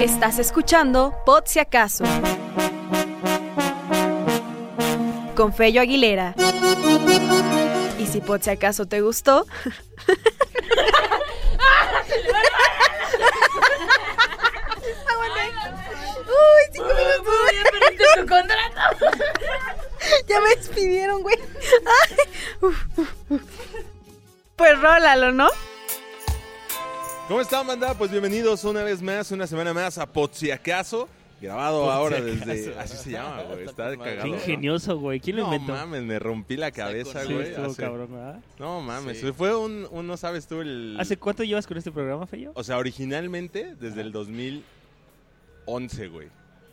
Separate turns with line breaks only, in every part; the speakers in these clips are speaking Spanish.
Estás escuchando Pod Si Acaso. Con Fello Aguilera. Y si Pod Si Acaso te gustó.
Uy, cinco minutos.
tu contrato.
Ya me despidieron, güey.
Pues rólalo, ¿no?
¿Cómo están, banda? Pues bienvenidos una vez más, una semana más a Pot Si Acaso, grabado
Por
ahora
si
desde...
acaso.
Así se llama, güey, está
Está
de
con madre.
cagado.
Qué
¿no?
Cabrón,
ingenioso, güey. ¿Quién lo
No
inventó?
mames, me rompí la cabeza,
Sí,
güey.
estuvo
hace-
cabrón, ¿verdad?
No mames,
Sí.
fue un, un- no sabes tú el...
¿Hace cuánto llevas con este programa, Feyo?
O sea, originalmente desde el 2011, güey.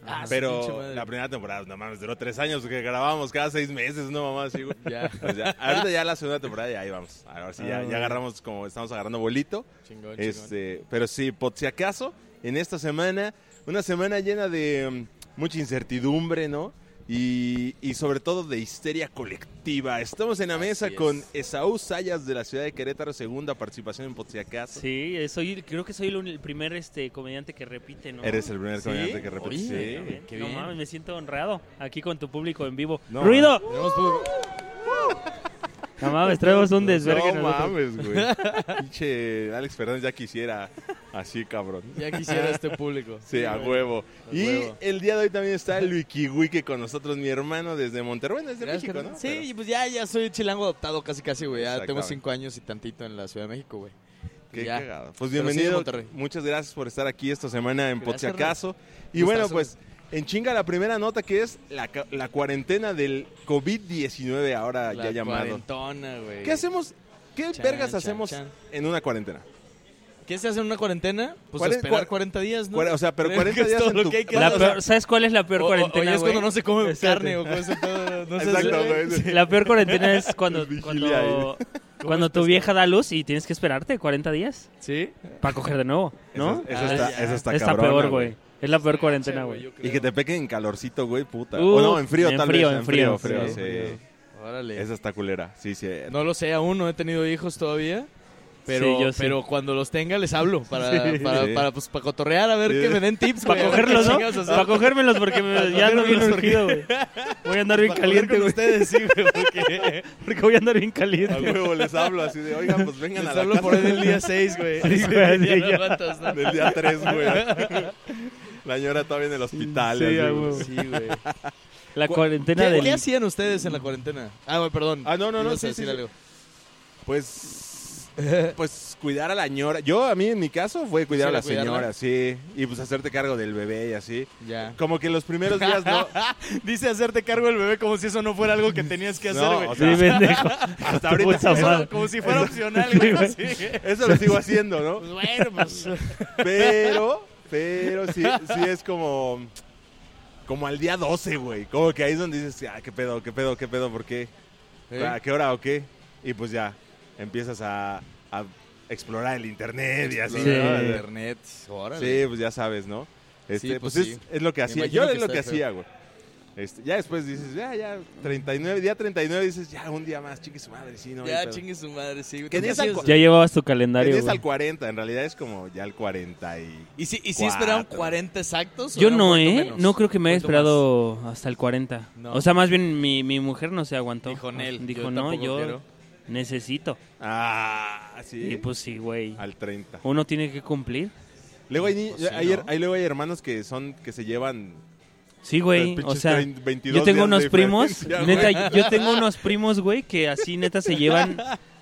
Ah, su pinche
Pero
madre.
la primera temporada, no mames, duró tres años que grabábamos cada seis meses, no mamá así, güey.
Ya,
O sea, ahorita ya la segunda temporada, ya ahí vamos. Ahora sí, ya,
Ah,
ya
bueno.
agarramos como estamos agarrando bolito.
chingón, chingón.
Este, pero sí, por si acaso, en esta semana, una semana llena de mm, mucha incertidumbre, ¿no? Y, y sobre todo de histeria colectiva. Estamos en la mesa
es.
con Esaú Sayas de la ciudad de Querétaro, segunda participación en Por si acaso.
Sí, eh, soy, creo que soy el, un- el primer este, comediante que repite, ¿no?
Eres el primer
¿Sí?
comediante que repite.
Oye,
Sí.
güey.
Bien,
qué
no
bien.
mames, me siento honrado aquí con tu público en vivo.
No,
¡Ruido!
Tenemos poco-
No mames, traemos un desvergue.
No
nosotros.
mames, güey. Pinche Alex Fernández ya quisiera así, cabrón.
Ya quisiera este público.
Sí, a huevo.
A
y
huevo.
el día de hoy también está Luiki Wiki con nosotros, mi hermano desde Monterrey, bueno, desde
Gracias,
México,
carnal.
¿no?
Sí,
Pero-
y pues ya, ya soy chilango adoptado casi casi, güey. Ya tengo
Exactamente.
cinco años y tantito en la Ciudad de México, güey.
Qué
Ya.
cagado. Pues
Pero sí de
bienvenido.
Monterrey.
Muchas gracias por estar aquí esta semana en
Gracias,
Pochacaso. Y
Gustazo.
bueno, pues en chinga la primera nota que es la, ca- la cuarentena del COVID-19 ahora
La
Ah, ya llamado.
cuarentona, güey.
¿Qué hacemos? ¿Qué
Chan,
vergas
chan,
hacemos
chan.
en una cuarentena?
¿Qué se hace en una cuarentena? Pues
Cuaren-
esperar
cua-
40 días, ¿no?
Cuare- o sea, pero
Creo
40
que es
días
todo
en
lo
tu-
que hay que
La
hacer.
peor- ¿Sabes cuál es la peor
O- o-
cuarentena,
oye, es
güey?
cuando no se come
Exacto.
carne o cosas todo, no sé,
Exacto,
güey.
güey. sí.
La peor cuarentena es cuando,
El vigilia
cuando, cuando tu vieja da luz y tienes que esperarte 40 días
¿Sí?
para coger de nuevo, ¿no?
Esa, esa
Ah,
está,
ya.
esa está
Está
cabrona,
peor, güey. Es la peor cuarentena, güey.
Yo creo.
Y que te pequen en calorcito, güey, puta.
Uh,
o no, en frío
en
tal
frío,
vez.
en frío,
frío,
sí.
sí.
Órale.
Esa está culera. Sí, sí.
No lo sé aún, no he tenido hijos todavía. Pero,
Sí, yo sí.
pero cuando los tenga les hablo para,
Sí.
para,
Sí.
para, pues, para cotorrear, a ver
Sí.
que me den tips.
Para
güey, a ver
cogerlos,
qué
¿no?
chingados hacer.
Para cogérmelos porque me- ya ando bien
cogérmelos porque-
urgido, güey. Voy a andar bien
Para
caliente,
coger con
güey.
ustedes, sí, güey, porque
Porque voy a andar bien
A
caliente.
huevo les hablo así de, oigan, pues vengan
les
a la
hablo
casa
por ahí del día 6, güey.
Sí, güey,
Ya
sí,
no
ya.
aguantas, ¿no?
del día 3, güey. La señora todavía en el hospital.
Sí,
así,
a
güey.
huevo.
Sí, güey.
La
Cu-
cuarentena
¿Qué,
del...
qué hacían ustedes en la cuarentena? Ah, güey, perdón.
Ah, no, no, no,
Ibas a
sí, sí,
decir
sí.
algo.
Pues, pues cuidar a la señora. Yo, a mí, en mi caso, fue cuidar a la
Sí, cuidarla.
señora, sí. Y pues hacerte cargo del bebé y así.
Ya.
Como que los primeros días no.
Dice hacerte cargo del bebé como si eso no fuera algo que tenías que hacer,
No,
güey.
o
Sí,
sea,
pendejo.
hasta
Tu
ahorita.
puta
Eso,
madre.
Como si fuera opcional, güey.
güey.
así.
eso lo sigo haciendo, ¿no?
Pues bueno, pues.
Pero, pero sí, sí es como. Como al día 12, güey. Como que ahí es donde dices, ah, qué pedo, qué pedo, qué pedo, ¿por qué?
Eh,
¿A qué hora o qué? Y pues ya, empiezas a, a explorar el internet y así,
Sí.
¿no?
Internet,
Sí,
órale.
pues ya sabes, ¿no? Este,
Sí,
pues
pues
es,
sí.
es lo que hacía.
imagino
Yo es
que
lo
está
que
feo.
hacía, güey. Este, ya después dices, ya, ya, 39, día 39 dices, ya, un día más, chingue su madre, sí, no. hay
Ya
pedo.
chingue su madre, sí. güey.
Que ni
¿Tú
esa
hacías-
co-
Ya llevabas tu calendario,
Tenías al
güey.
40, en realidad es como ya el 40 y...
¿Y si, y si esperaron
Cuatro.
40 exactos? o
Yo
era un
no,
poquito
¿eh?
menos?
No creo que me haya
¿Cuánto más?
esperado hasta el 40.
No.
O sea, más bien mi, mi mujer no se aguantó.
Dijo Nel.
Dijo,
yo
no,
tampoco
yo
quiero".
necesito.
Ah, sí.
Y pues sí, güey.
al 30.
Uno tiene que cumplir.
Luego hay, ni-
Pues sí,
hay
¿no?
her- hay- luego hay hermanos que son, que se llevan...
Sí, güey.
pinches
O sea,
30, 22
yo tengo
días de
unos primos.
diferencia, güey.
Neta, yo tengo unos primos, güey, que así neta se llevan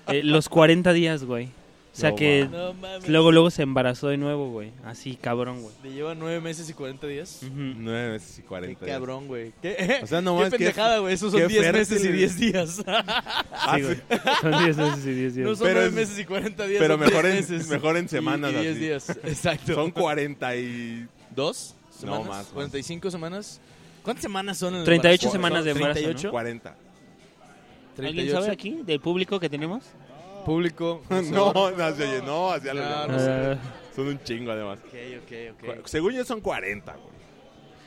eh, los 40 días, güey. O O sea
No,
que
No mames.
luego, luego se embarazó de nuevo, güey. Así, cabrón, güey.
Le lleva nueve meses y 40 días.
Ujú.
9 meses
Mm.
y
Qué
40. días.
cabrón, güey. ¿Qué,
O sea,
qué
no mames, qué-
pendejada, güey. Esos son
qué
10 meses y
fértil.
10 días.
Ah,
Sí, güey.
sí.
Son 10 meses y 10 días.
No son
Pero
9
es-
meses y 40 días.
pero
son
mejor
10
en-
meses
mejor en
y-
semanas,
Y 10
así.
días, exacto.
Son 40 y...
¿Dos semanas?
más, más.
45 semanas. ¿Cuántas semanas son? en el
38
embarazo?
semanas de embarazo, ¿no?
38,
40.
¿Alguien sabe aquí del público que tenemos?
Público.
No, no, se oye, no, hacia lo
No,
lejos.
no sé.
Ah,
Son un chingo, además.
Ok, ok, ok.
Según yo son 40, güey.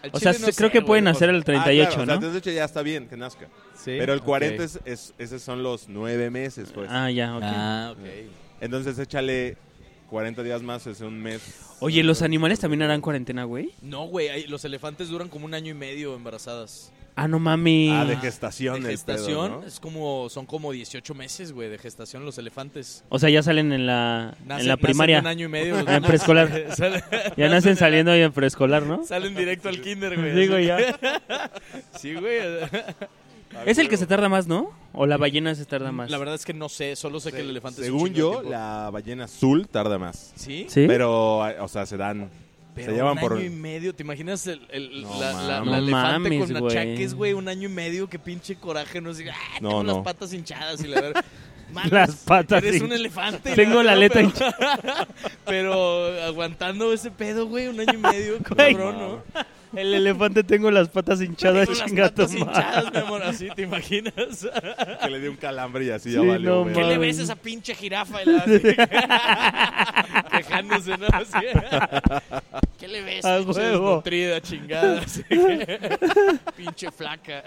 Al
o sea,
chile no
se- creo
sé,
que
güey,
pueden
loco.
hacer el
ah,
38,
claro,
¿no?
O sea, 38 ya está bien, que nazca.
Sí,
Pero el
ok.
40 es, es- esos son los 9 meses, pues.
Ah, ya, ok.
Ah, ok.
Entonces échale 40 días más, es un mes.
Oye, ¿los animales también harán cuarentena, güey?
No, güey, hay- los elefantes duran como un año y medio embarazadas.
Ah, no mami.
Ah, de gestación.
De
el pedo,
gestación
¿no?
es como, son como 18 meses, güey, de gestación los elefantes.
O sea, ya salen en la,
Nacen-
en la
nacen
primaria.
Un año y medio. los
En
niños.
preescolar.
Salen-
Ya nacen saliendo ahí en preescolar, ¿no?
Salen directo al kinder, güey.
Digo ya.
Sí, güey.
Es el que se tarda más, ¿no? O la ballena se tarda más.
La verdad es que no sé, solo sé que el elefante es un chingo
Según
de
yo,
tiempo.
la ballena azul tarda más.
¿Sí?
¿Sí?
Pero, o sea, se dan.
Pero
se llevan
un
por.
año y medio, ¿te imaginas el, el-
No
la, la-
mames.
la
No
elefante
mames,
con
güey.
achaques, güey? Un año y medio, que pinche coraje, no sé, ah,
No,
tengo
no.
las patas hinchadas y la verdad. Mames,
Las patas
Eres un
hinchadas.
elefante.
Tengo la aleta
hinchada. Pero aguantando ese pedo, güey, un año y medio,
Güey.
cabrón, ¿no?
El elefante tengo las patas hinchadas,
Tengo las
chinga tu
patas
madre.
hinchadas, mi amor, así, ¿te imaginas?
Que le dio un calambre y así
Sí,
ya valió.
no
güey.
¿Qué
mames.
le ves a esa pinche jirafa? Y la así, quejándose, ¿no? Así. ¿Qué le ves?
A
pinche
huevo.
desnutrida, chingada. así que, pinche flaca.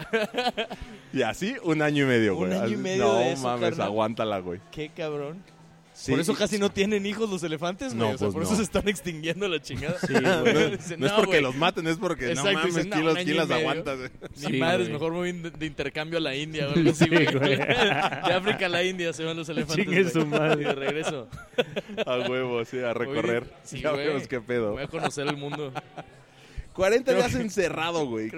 Y así un año y medio,
Un
güey.
año y
Así,
medio
No
de eso,
mames,
carnal.
aguántala, güey.
Qué cabrón.
Sí.
Por eso casi no tienen hijos los elefantes, güey.
No,
o sea,
pues
por
no.
eso se están extinguiendo la chingada. Sí,
No, no es porque los maten, es porque
Exacto,
no mames,
dicen, no,
kilos,
un año y
kilos
medio.
aguantas. güey.
Ni
Sí,
madres,
güey.
mejor me voy de, de intercambio a la India. o algo así,
Sí,
güey.
güey.
De África a la India se van los elefantes.
Chingue
güey.
su madre.
Y de regreso.
A huevo, sí, a recorrer.
sí,
ya
güey.
vemos qué pedo.
Voy a conocer el mundo.
40 días encerrado, güey.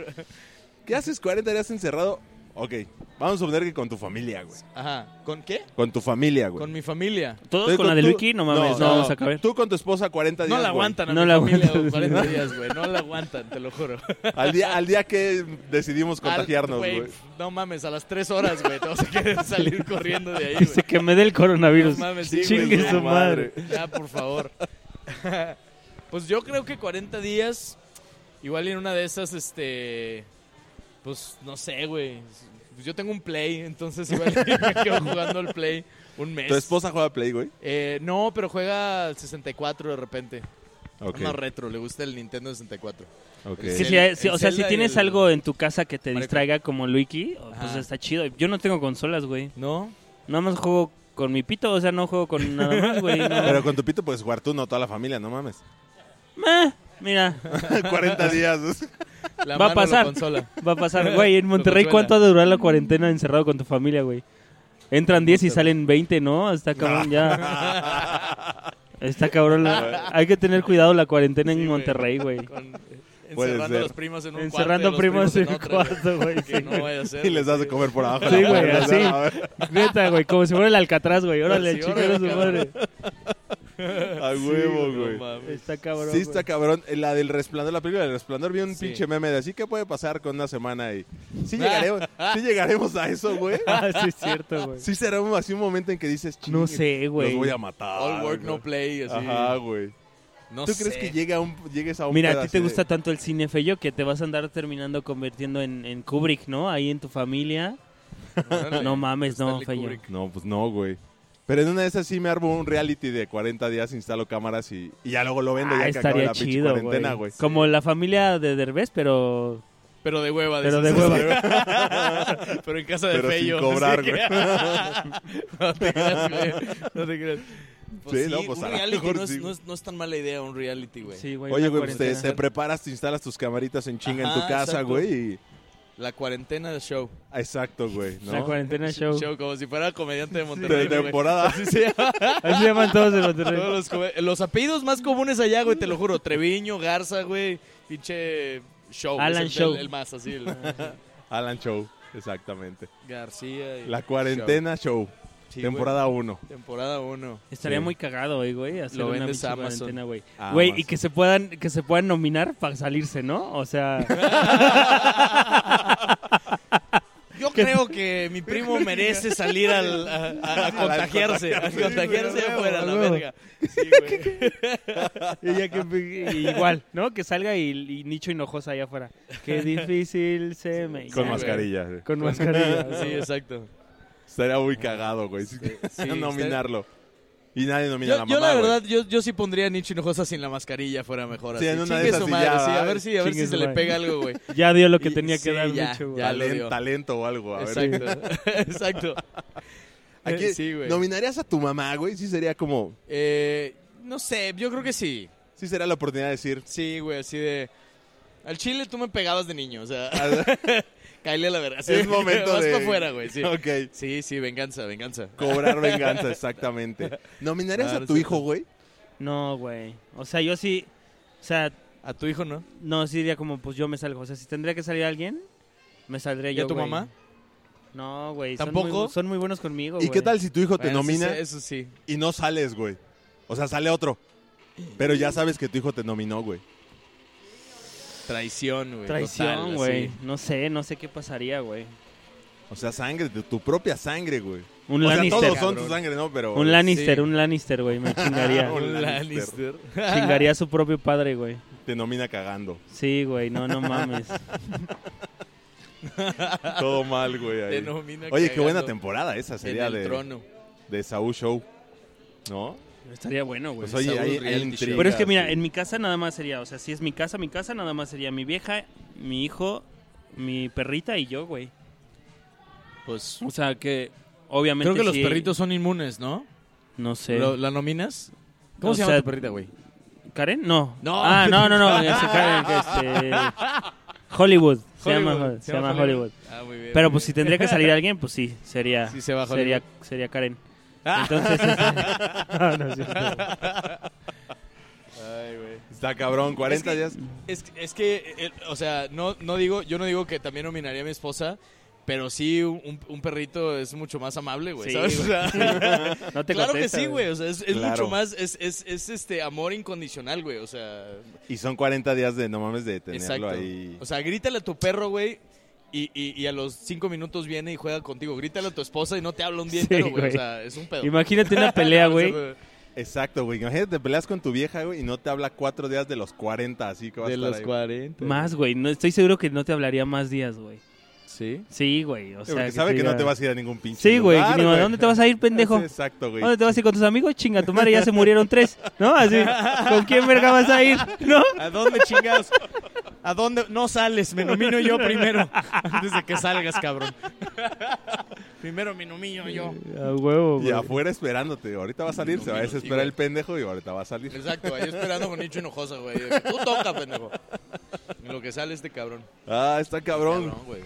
¿Qué haces 40 días encerrado? Ok, vamos a suponer que con tu familia, güey.
Ajá. ¿Con qué?
Con tu familia, güey.
Con mi familia.
Todos
Entonces,
con la de
tú-
Lucky, no mames, no, vamos a caber.
Tú con tu esposa 40 días.
No la
güey.
aguantan, a
No
mi
la
familia,
aguantan,
güey, 40 días, güey. No la aguantan, te lo juro.
Al día, al día que decidimos contagiarnos,
Al-
güey.
No mames, a las 3 horas, güey. Te vas a querer salir corriendo de ahí,
Dice
güey.
que me dé el coronavirus.
No mames, sí, güey,
Chingue
no
su madre.
Ya, por favor. Pues yo creo que 40 días, igual en una de esas, este. Pues no sé, güey. Pues yo tengo un play, entonces igual me quedo jugando al play un mes.
¿Tu esposa juega Play, güey?
Eh, no, pero juega al 64 de repente.
Ok,
Más retro, le gusta el Nintendo 64.
ok.
Que
Sí.
si-
El-
si-
el
o sea, si
Zelda y
tienes
el-
algo en tu casa que te
Mario Kart.
distraiga como Luiki, oh, pues
Ajá.
está chido. Yo no tengo consolas, güey.
¿No?
Nada más juego con mi pito, o sea, no juego con nada más, güey. no.
Pero con tu pito puedes jugar tú, no toda la familia, no mames.
Meh, mira,
40 días.
La
Va
mano
a
lo
pasar.
consola.
va a pasar, güey. En Monterrey,
Lo consuela.
¿cuánto ha de durar la cuarentena encerrado con tu familia, güey? Entran 10 y salen 20, ¿no? Está cabrón, ya. Está cabrón. la- Hay que tener cuidado la cuarentena
Sí,
en
güey.
Monterrey, güey.
Con-
Puede
encerrando
ser.
a los primos en un
Encerrando
cuarto. y a los
primos en un
otra,
cuarto, güey.
Que
sí.
no vaya a ser.
Y les das de comer por abajo.
Sí,
la
güey,
verga,
así.
¿no? A ver,
Neta, güey, como si fuera el Alcatraz, güey. Órale,
Sí,
chingón
órale,
a su
cabrón.
madre.
A huevo, güey.
Está cabrón.
Sí, está cabrón. Eh, La del resplandor, la película del resplandor, vi un
Sí.
pinche meme de así. ¿Qué puede pasar con una semana ahí? Sí,
Ah.
llegaremos, sí llegaremos a eso, güey.
cabrón. Ah, sí, es cierto, güey.
Sí será un- así un momento en que dices, "Chingue,
No sé,
Los
güey.
voy a matar.
All work,
güey".
no play. Así.
Ajá, güey.
No
¿Tú
sé.
crees que llega un, llegues a un
Mira, a
pedo
ti
así
te
de-
gusta tanto el cine feyo que te vas a andar terminando convirtiendo en, en Kubrick, ¿no? Ahí en tu familia.
Órale.
No mames, no,
Stanley
feyo.
Kubrick.
No, pues no, güey. Pero en una de esas sí me armo un reality de 40 días, instalo cámaras y, y ya luego lo vendo
Ah,
ya que acaba
estaría
la pinche
chido,
cuarentena,
güey.
güey.
Como la familia de Derbez, pero,
Pero de hueva.
pero de
dices.
hueva.
Pero en casa de
Pero sin
Fello.
cobrar,
así que- no te creas, güey. No te creas. Pues sí,
Sí, no, pues, a
un
lo
reality
mejor
no es,
sí,
no, es, no es tan mala idea un reality, güey.
Sí, güey.
Oye,
una
güey, pues te,
cuarentena.
te preparas, te instalas tus camaritas en chinga en
Ajá,
tu casa,
exacto.
güey. y-
La cuarentena de show.
Ah, Exacto, güey.
La
¿no?
cuarentena show.
Show, como si fuera comediante de
De
Monterrey. güey.
temporada.
Así se llama.
Así se llaman todos en
Todos
Monterrey.
los, come- los apellidos más comunes allá, güey, te lo juro. Treviño, Garza, güey, pinche Show.
Alan
es el-
Show.
El, el más, así. el-
Alan Show, exactamente.
García. y-
La cuarentena show.
Sí, güey.
Temporada 1.
Temporada 1.
Estaría
Sí.
muy cagado hoy, güey. hacer
Lo
una
vendes
pinche
a Amazon.
cuarentena, güey.
A
Güey, y
Amazon.
que se puedan, que se puedan nominar para salirse, ¿no? O sea,
Yo creo que mi primo merece salir al, a, a- a contagiarse. A contagiarse afuera, la verga. Sí, güey.
ella que- igual, ¿no? Que salga y, y Nicho Hinojosa allá afuera. Qué difícil se me...
Con
Ya,
mascarilla. sí.
güey. Con mascarilla.
Sí,
güey.
exacto.
Estaría muy cagado, güey.
sí,
nominarlo. Y nadie nomina
Yo,
a la mamá.
yo, la
güey.
verdad, yo, yo sí pondría a Nicho Hinojosa sin la mascarilla fuera mejor.
Sí,
así.
en una de
Chingue
esas
su
sí
madre,
ya,
sí, a
¿verdad?
ver si, a ver si
Chingue
se
su
le
madre.
pega algo, güey.
Ya dio lo que
Y-
tenía
sí,
que dar,
ya,
Nicho, güey.
ya lo
Talen-
dio.
talento o algo. A ver.
Exacto, exacto. Eh,
Aquí,
Sí, güey.
¿Nominarías a tu mamá, güey? Sí sería como...
Eh, no sé, yo creo que sí.
Sí sería la oportunidad de decir...
Sí, güey, así de... Al chile tú me pegabas de niño, o sea... Cállale a la verga. sí.
Ah, Es momento
Vas
de-
pa' afuera, güey, sí.
Ok.
Sí, sí, venganza, venganza.
Cobrar venganza, exactamente. ¿Nominarías
Ah,
a
no
tu
sé.
hijo, güey?
No, güey. O sea, yo sí... O sea,
¿A tu hijo no?
no, sí diría como, pues yo me salgo. O sea, si tendría que salir alguien, me saldría
¿Y
yo,
a tu
güey.
mamá?
No, güey. Son
¿Tampoco?
muy, son muy buenos conmigo,
¿Y
güey.
qué tal si tu hijo te
Bueno, eso
nomina
sí, Eso sí.
y no sales, güey? O sea, sale otro. Pero ya sabes que tu hijo te nominó, güey.
Traición, güey. total,
Traición,
así.
güey. No sé, no sé qué pasaría, güey.
O sea, sangre, de tu propia sangre, güey.
Un
O sea,
Lannister.
todos son
cabrón.
tu sangre, ¿no? Pero...
Un Lannister,
Sí.
un Lannister, güey. Me chingaría.
Un
Un
Lannister.
Lannister.
chingaría a su propio padre, güey.
Te nomina cagando.
Sí, güey. No, no mames.
Todo mal, güey. ahí.
Te nomina
Oye, qué buena
cagando
temporada esa
En
sería
el
de,
trono.
de Saúl Show. ¿No?
Estaría bueno, güey.
Pues oye,
Saúl
hay, hay
reality
intriga,
show.
Pero es que mira,
sí.
en mi casa nada más sería, o sea, si es mi casa, mi casa nada más sería mi vieja, mi hijo, mi perrita y yo, güey.
Pues...
O sea, que obviamente
Creo que los
sí-
perritos son inmunes, ¿no?
no sé.
¿Lo- ¿La nominas? ¿Cómo
O
se llama
sea,
tu perrita, güey?
¿Karen? No.
No.
Ah, no, no, no, ese Karen que este Hollywood, se
Hollywood,
llama se llama Hollywood.
Ah, muy bien.
Pero
muy
pues si
bien.
tendría que salir alguien, pues sí, sería
Sí, se va a Ah.
sería sería Karen. Entonces este- No, no, sí, no.
Está cabrón, 40
Es que-
días.
Es, es que, eh, o sea, no, no digo, yo no digo que también nominaría a mi esposa, pero sí un, un perrito es mucho más amable, güey,
Sí,
¿sabes? O
güey.
sea,
No te
claro que
contesta,
sí, güey, o sea, es, es
Claro.
mucho más, es, es, es, este amor incondicional, güey, o sea,
Y son 40 días de no mames de tenerlo
exacto.
ahí.
O sea, grítale a tu perro, güey. Y, y, y a los cinco minutos viene y juega contigo. Grítale a tu esposa y no te habla un día
Sí,
entero, güey. O
güey.
sea, es un pedo.
Imagínate una pelea,
O sea,
güey.
Exacto, güey. Imagínate, te peleas con tu vieja, güey, y no te habla cuatro días de los 40, así que vas
De
a estar
los
ahí.
40.
Más, güey. No estoy seguro que no te hablaría más días, güey.
Sí.
Sí, güey. O
Sí,
sea,
porque sabe que
diga-
no te vas a ir a ningún pinche
Sí, güey.
lugar,
que ni- ¿Dónde te vas a ir, pendejo?
Sí, Exacto, güey.
¿Dónde te vas a ir con tus amigos? Chinga, tu madre ya se murieron tres, ¿no? Así, ¿con quién verga vas a ir? ¿No?
¿A dónde chingados? ¿A dónde? No sales, me nomino yo primero. Antes de que salgas, cabrón. primero me nomino yo.
A huevo,
Y
güey.
afuera esperándote. Ahorita va a salir, se va a desesperar el pendejo y ahorita va a salir.
Exacto, ahí esperando con Nicho Hinojosa, güey. de que Tú toca, pendejo. En lo que sale este cabrón.
Ah, está cabrón.
Cabrón, güey.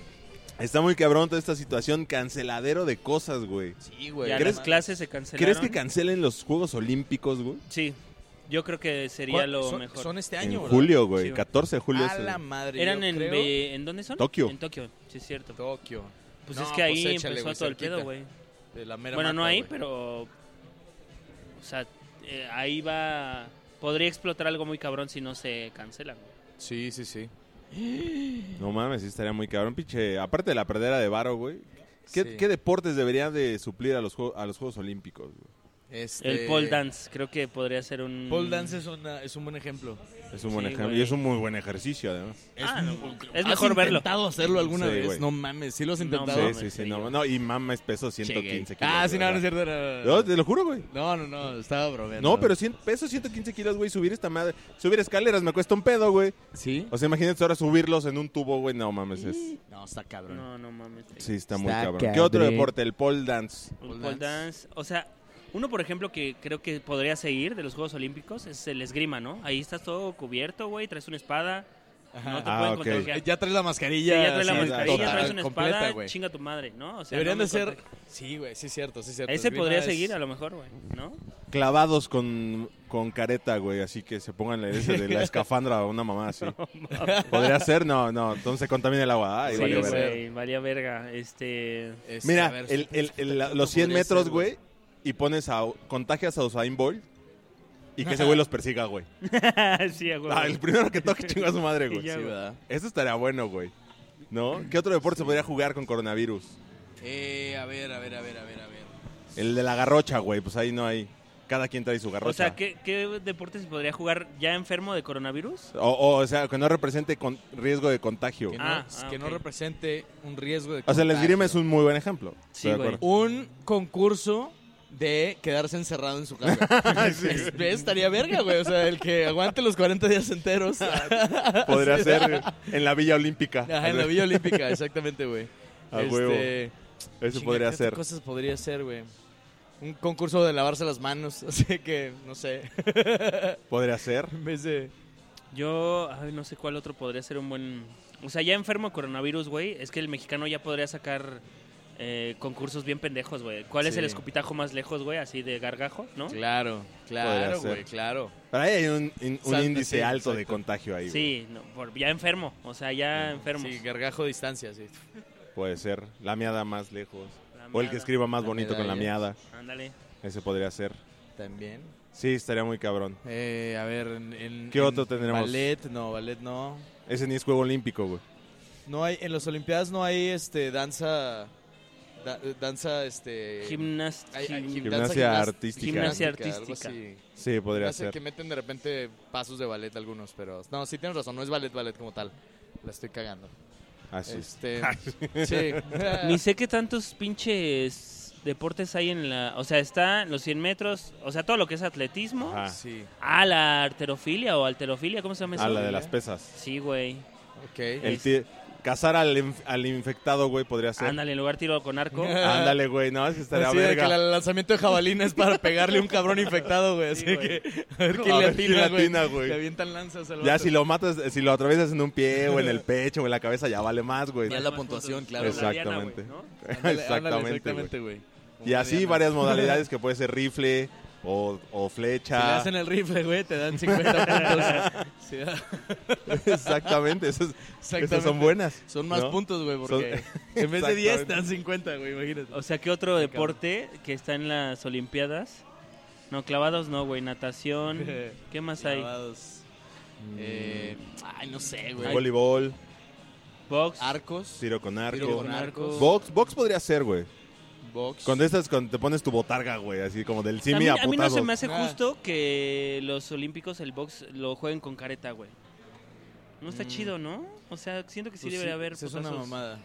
Está muy cabrón toda esta situación. Canceladero de cosas, güey.
Sí, güey.
Ya
¿Crees-
las clases se cancelaron.
¿Crees que cancelen los Juegos Olímpicos, güey?
Sí. Yo creo que sería
¿Cuál-
lo
son,
mejor.
Son este
En
año, ¿verdad?
julio,
Sí,
güey.
güey.
14 de julio. es
A
el-
la madre.
Eran
yo
en...
creo.
eh, ¿En dónde son?
Tokio.
En Tokio, sí es cierto.
Tokio.
Pues
No,
es que ahí
pues échale,
empezó
güey,
todo el
cerquita.
pedo, güey.
de la mera
Bueno, no
mata,
ahí,
güey.
pero... O sea, eh, ahí va... Podría explotar algo muy cabrón si no se cancela, güey.
Sí, sí, sí.
No mames, sí estaría muy cabrón, pinche. Aparte de la perdera de varo, güey. ¿Qué,
Sí.
qué deportes deberían de suplir a los, juego- a los Juegos Olímpicos? güey?
Este,
El pole dance, creo que podría ser un...
Pole dance es, una, es un buen ejemplo.
Es un buen
Sí,
ejemplo.
güey.
Y es un muy buen ejercicio, además.
Ah, no, es
¿Has
mejor verlo.
intentado hacerlo alguna
Sí,
vez?
güey.
No mames, sí lo has
No
intentado.
Sí,
mames,
sí, sí.
sí,
No,
güey.
no, y mames, peso 115 kilos.
Ah, sí,
güey,
no, no es
o sea.
cierto. No,
No,
no,
te lo juro, güey.
no, no, no, estaba bromeando.
No, pero cien- peso 115 kilos, güey, subir esta madre. Subir escaleras me cuesta un pedo, güey.
¿Sí?
O sea, imagínate ahora subirlos en un tubo, güey. No mames, es.
No, está cabrón.
No, no mames. güey.
Sí, está muy
Está
cabrón. ¿Qué otro
cabrón.
deporte? El pole dance.
Un
Pole
pole
dance.
dance. O sea, uno, por ejemplo, que creo que podría seguir de los Juegos Olímpicos es el esgrima, ¿no? Ahí estás todo cubierto, güey, traes una espada, No te
Ah,
pueden
ok.
contagiar.
Ya traes la
Sí,
mascarilla.
ya traes la
así,
mascarilla,
total,
traes una espada,
completa, güey.
chinga tu madre, ¿no? O sea,
Deberían
no
de
me
ser.
contagia.
Sí, güey, sí, es cierto, sí, es cierto.
Ese
Vi
podría
una vez-
seguir a lo mejor, güey, ¿no?
Clavados con, con careta, güey. Así que se pongan la, ese de la escafandra o una mamá así. ¿Podría ser? No, no. Entonces se contamina el agua. Ay,
Sí,
vale, vale.
güey, valía verga. Este...
Este, a
Mira,
ver,
el- el- el- la- los 100
podría ser,
metros, güey, y pones a... Contagias a Usain Bolt y que ese güey los persiga, güey.
sí, güey.
Ah, el primero que toque chinga a su madre,
Y
güey.
ya,
Sí,
güey.
¿verdad?
Eso estaría bueno, güey. ¿No? ¿Qué otro deporte se podría jugar con coronavirus?
Eh, a ver, a ver, a ver, a ver, a ver.
El de la garrocha, güey. Pues ahí no hay... Cada quien trae su garrocha.
O sea, ¿qué, ¿qué deporte se podría jugar ya enfermo de coronavirus?
O, o, o sea, que no represente con riesgo de contagio.
Que no,
Ah,
que
ah,
no
ok.
represente un riesgo de
O sea, el
contagio.
esgrima es un muy buen ejemplo.
Sí,
Estoy de
güey.
acuerdo.
Un concurso de quedarse encerrado en su casa. Es- Estaría verga, güey. O sea, el que aguante los 40 días enteros.
Ah, Podría ser en la Villa Olímpica.
Ajá, en la Villa Olímpica, exactamente, güey. Este,
A huevo. Eso
chinga,
podría
¿qué
ser.
cosas podría ser, güey? Un concurso de lavarse las manos, así que, no sé,
Podría ser.
en vez de...
Yo, ay, no sé cuál otro podría ser un buen... O sea, ya enfermo de coronavirus, güey, es que el mexicano ya podría sacar eh, concursos bien pendejos, güey. ¿Cuál es
Sí.
el escupitajo más lejos, güey? Así de gargajo, ¿no?
Claro,
Podría
claro,
ser.
güey, claro.
Pero ahí hay un, in- un
Exacto,
índice
sí,
alto de
exacto.
contagio ahí. güey.
Sí, no, por- ya enfermo, o sea, ya enfermo.
Sí, gargajo a distancia, sí.
Puede ser. La miada más lejos.
La
O el que
miada.
escriba más
La
bonito con la
medalla.
miada.
Ándale.
Ese podría ser.
También.
Sí, estaría muy cabrón.
Eh, a ver, en, en-
¿Qué
en
otro tendremos?
Ballet, no, ballet no.
Ese ni es juego olímpico, güey.
No hay, en las Olimpiadas no hay, este, danza, da- danza, este...
Gimnas-
hay- hay
gim-
gim-
Gimnasia
gimnas-
artística.
Gimnasia
algo
artística.
así.
Sí, podría
Hace
ser.
que meten de repente pasos de ballet algunos, pero... No, sí tienes razón, no es ballet, ballet como tal. La estoy cagando.
Así.
Este... sí.
Ni sé qué tantos pinches deportes hay en la... O sea, está los 100 metros, o sea, todo lo que es atletismo.
Ajá.
Sí,
Ah, la arterofilia o alterofilia, ¿cómo se llama eso?
Ah, la de las pesas.
Sí, güey.
ok.
El ti- Cazar al, inf- al infectado, güey, podría ser.
Ándale, en lugar tiro con arco.
Ándale, güey. No, ese estaría
Así de Pues que
verga.
el lanzamiento de jabalina es para pegarle a un cabrón infectado, güey. Así
Sí, güey.
que a ver
A
quién le
ver quién le
atina,
atina,
güey.
güey.
Le avientan lanzas al
Ya
vato.
si lo matas, eh, si lo atraviesas en un pie o en el pecho o en la cabeza, ya vale más, güey.
Ya la puntuación, claro.
Exactamente.
Ándale, ándale,
Exactamente. güey.
exactamente, güey.
Y
Una
así
diana.
varias modalidades que puede ser rifle o, o
Si le
flecha.
hacen el rifle, güey, te dan 50 puntos. Sí, da-
Exactamente, esas, esas
exactamente.
son buenas.
Son más
¿no?
puntos, güey, porque en vez de 10 te dan 50, güey, imagínate.
O sea, ¿qué otro deporte que está en las Olimpiadas? No, clavados no, güey. Natación. ¿Qué más hay?
Clavados. Eh, ay, no sé, güey.
Voleibol,
Box.
Ah, Arcos.
tiro con arco.
Tiro con arcos.
Box, box podría ser, güey.
Box.
Con de estas cuando te pones tu botarga, güey, así como del
a,
simi
mí,
a,
a mí no se
putazos.
me hace
Ah.
justo que los olímpicos el box lo jueguen con careta, güey. No está
Mm.
chido, ¿no? O sea, siento que sí
Pues
debería haber
pues Es una
putazos.
mamada.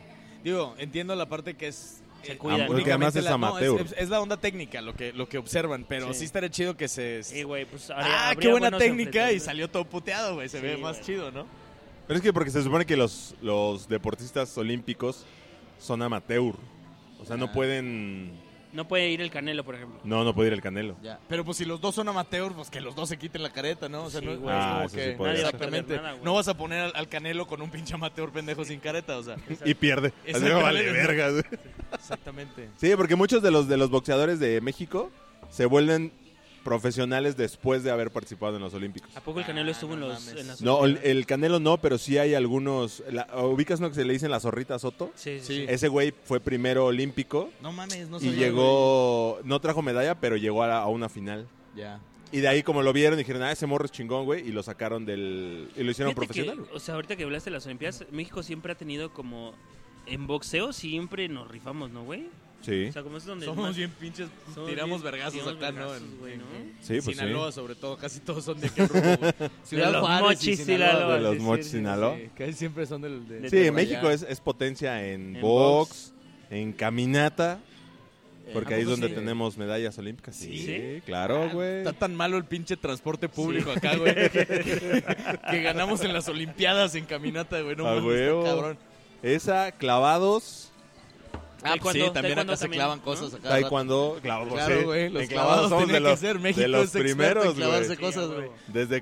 Digo, entiendo la parte que es.
Se
eh,
cuidan, Ah, porque
únicamente
además es
la- no,
amateur.
es, es la onda técnica lo que, lo que observan, pero
Sí.
sí, estaría chido que se.
Sí, güey, pues habría-
ah,
habría
qué buena
buenos
técnica y
enfrentamientos.
salió todo puteado, güey. Se
Sí,
ve más
güey.
chido, ¿no?
Pero es que porque se supone que los, los deportistas olímpicos son amateur. O sea, no
Ah.
pueden...
No puede ir el Canelo, por ejemplo.
No, no puede ir el canelo.
Ya. Pero pues si los dos son amateurs, pues que los dos se quiten la careta, ¿no? O sea,
Sí,
no
güey.
no
Ah,
como
eso sí
que-
podría Nadie
va a ser. perder
Exactamente.
nada, güey.
no vas a poner al, al canelo con un pinche amateur pendejo sin careta, o sea.
Y pierde. Así que vale verga, güey.
Exactamente.
Sí, porque muchos de los de los boxeadores de México se vuelven profesionales después de haber participado en los Olímpicos.
¿A poco el Canelo
Ah,
estuvo en,
no
los,
mames.
en las
No, el,
Olimpiadas?
el Canelo no, pero sí hay algunos. la- ¿Ubicas uno que se le dicen la zorrita Soto?
Sí, sí,
Sí.
sí.
Ese güey fue primero olímpico
No mames, no
y
sabía,
llegó. No trajo medalla, pero llegó a, la- a una final.
güey. Ya.
Y de ahí, como lo vieron, dijeron, ah, ese morro es chingón, güey, y lo sacaron del. Y lo hicieron
Fíjate que,
profesional. güey.
o sea, ahorita que hablaste de las Olimpiadas, México siempre ha tenido como. En boxeo siempre nos rifamos, ¿no, güey?
Sí,
O sea, como es donde.
Somos
más-
bien pinches,
somos
tiramos
bien-
vergazos
tiramos
acá, ¿no?
vergazos,
En-
güey,
en-
¿no?
sí, pues
Sinaloa, sobre todo, casi todos son de aquel rumbo, güey. Ciudad
los
Juárez y
Mochis, Sinaloa,
sí. De los
sí,
Mochis
sí,
Sinaloa.
Sí, casi siempre son del... de-
De
Sí,
de
México
allá.
es, es potencia en,
En
box, en caminata, porque
¿a
ahí es
poco
donde
sí? Ah,
tenemos medallas olímpicas. Sí,
¿Sí?
claro, güey.
Está tan malo el pinche transporte público acá, güey. que, que ganamos en las Olimpiadas en caminata, güey. No
A
mames, está
huevo.
cabrón.
Esa, clavados.
Ah, pues sí,
Taekwondo,
también acá
taekwondo
se
también.
clavan cosas. Acá
Taekwondo, clavos.
Claro,
sí.
güey. Los
En
clavados
son
tienen
de
que
los,
ser. México
de los
es experto en Ah,
primeros,
clavarse
güey.
cosas, güey.
Desde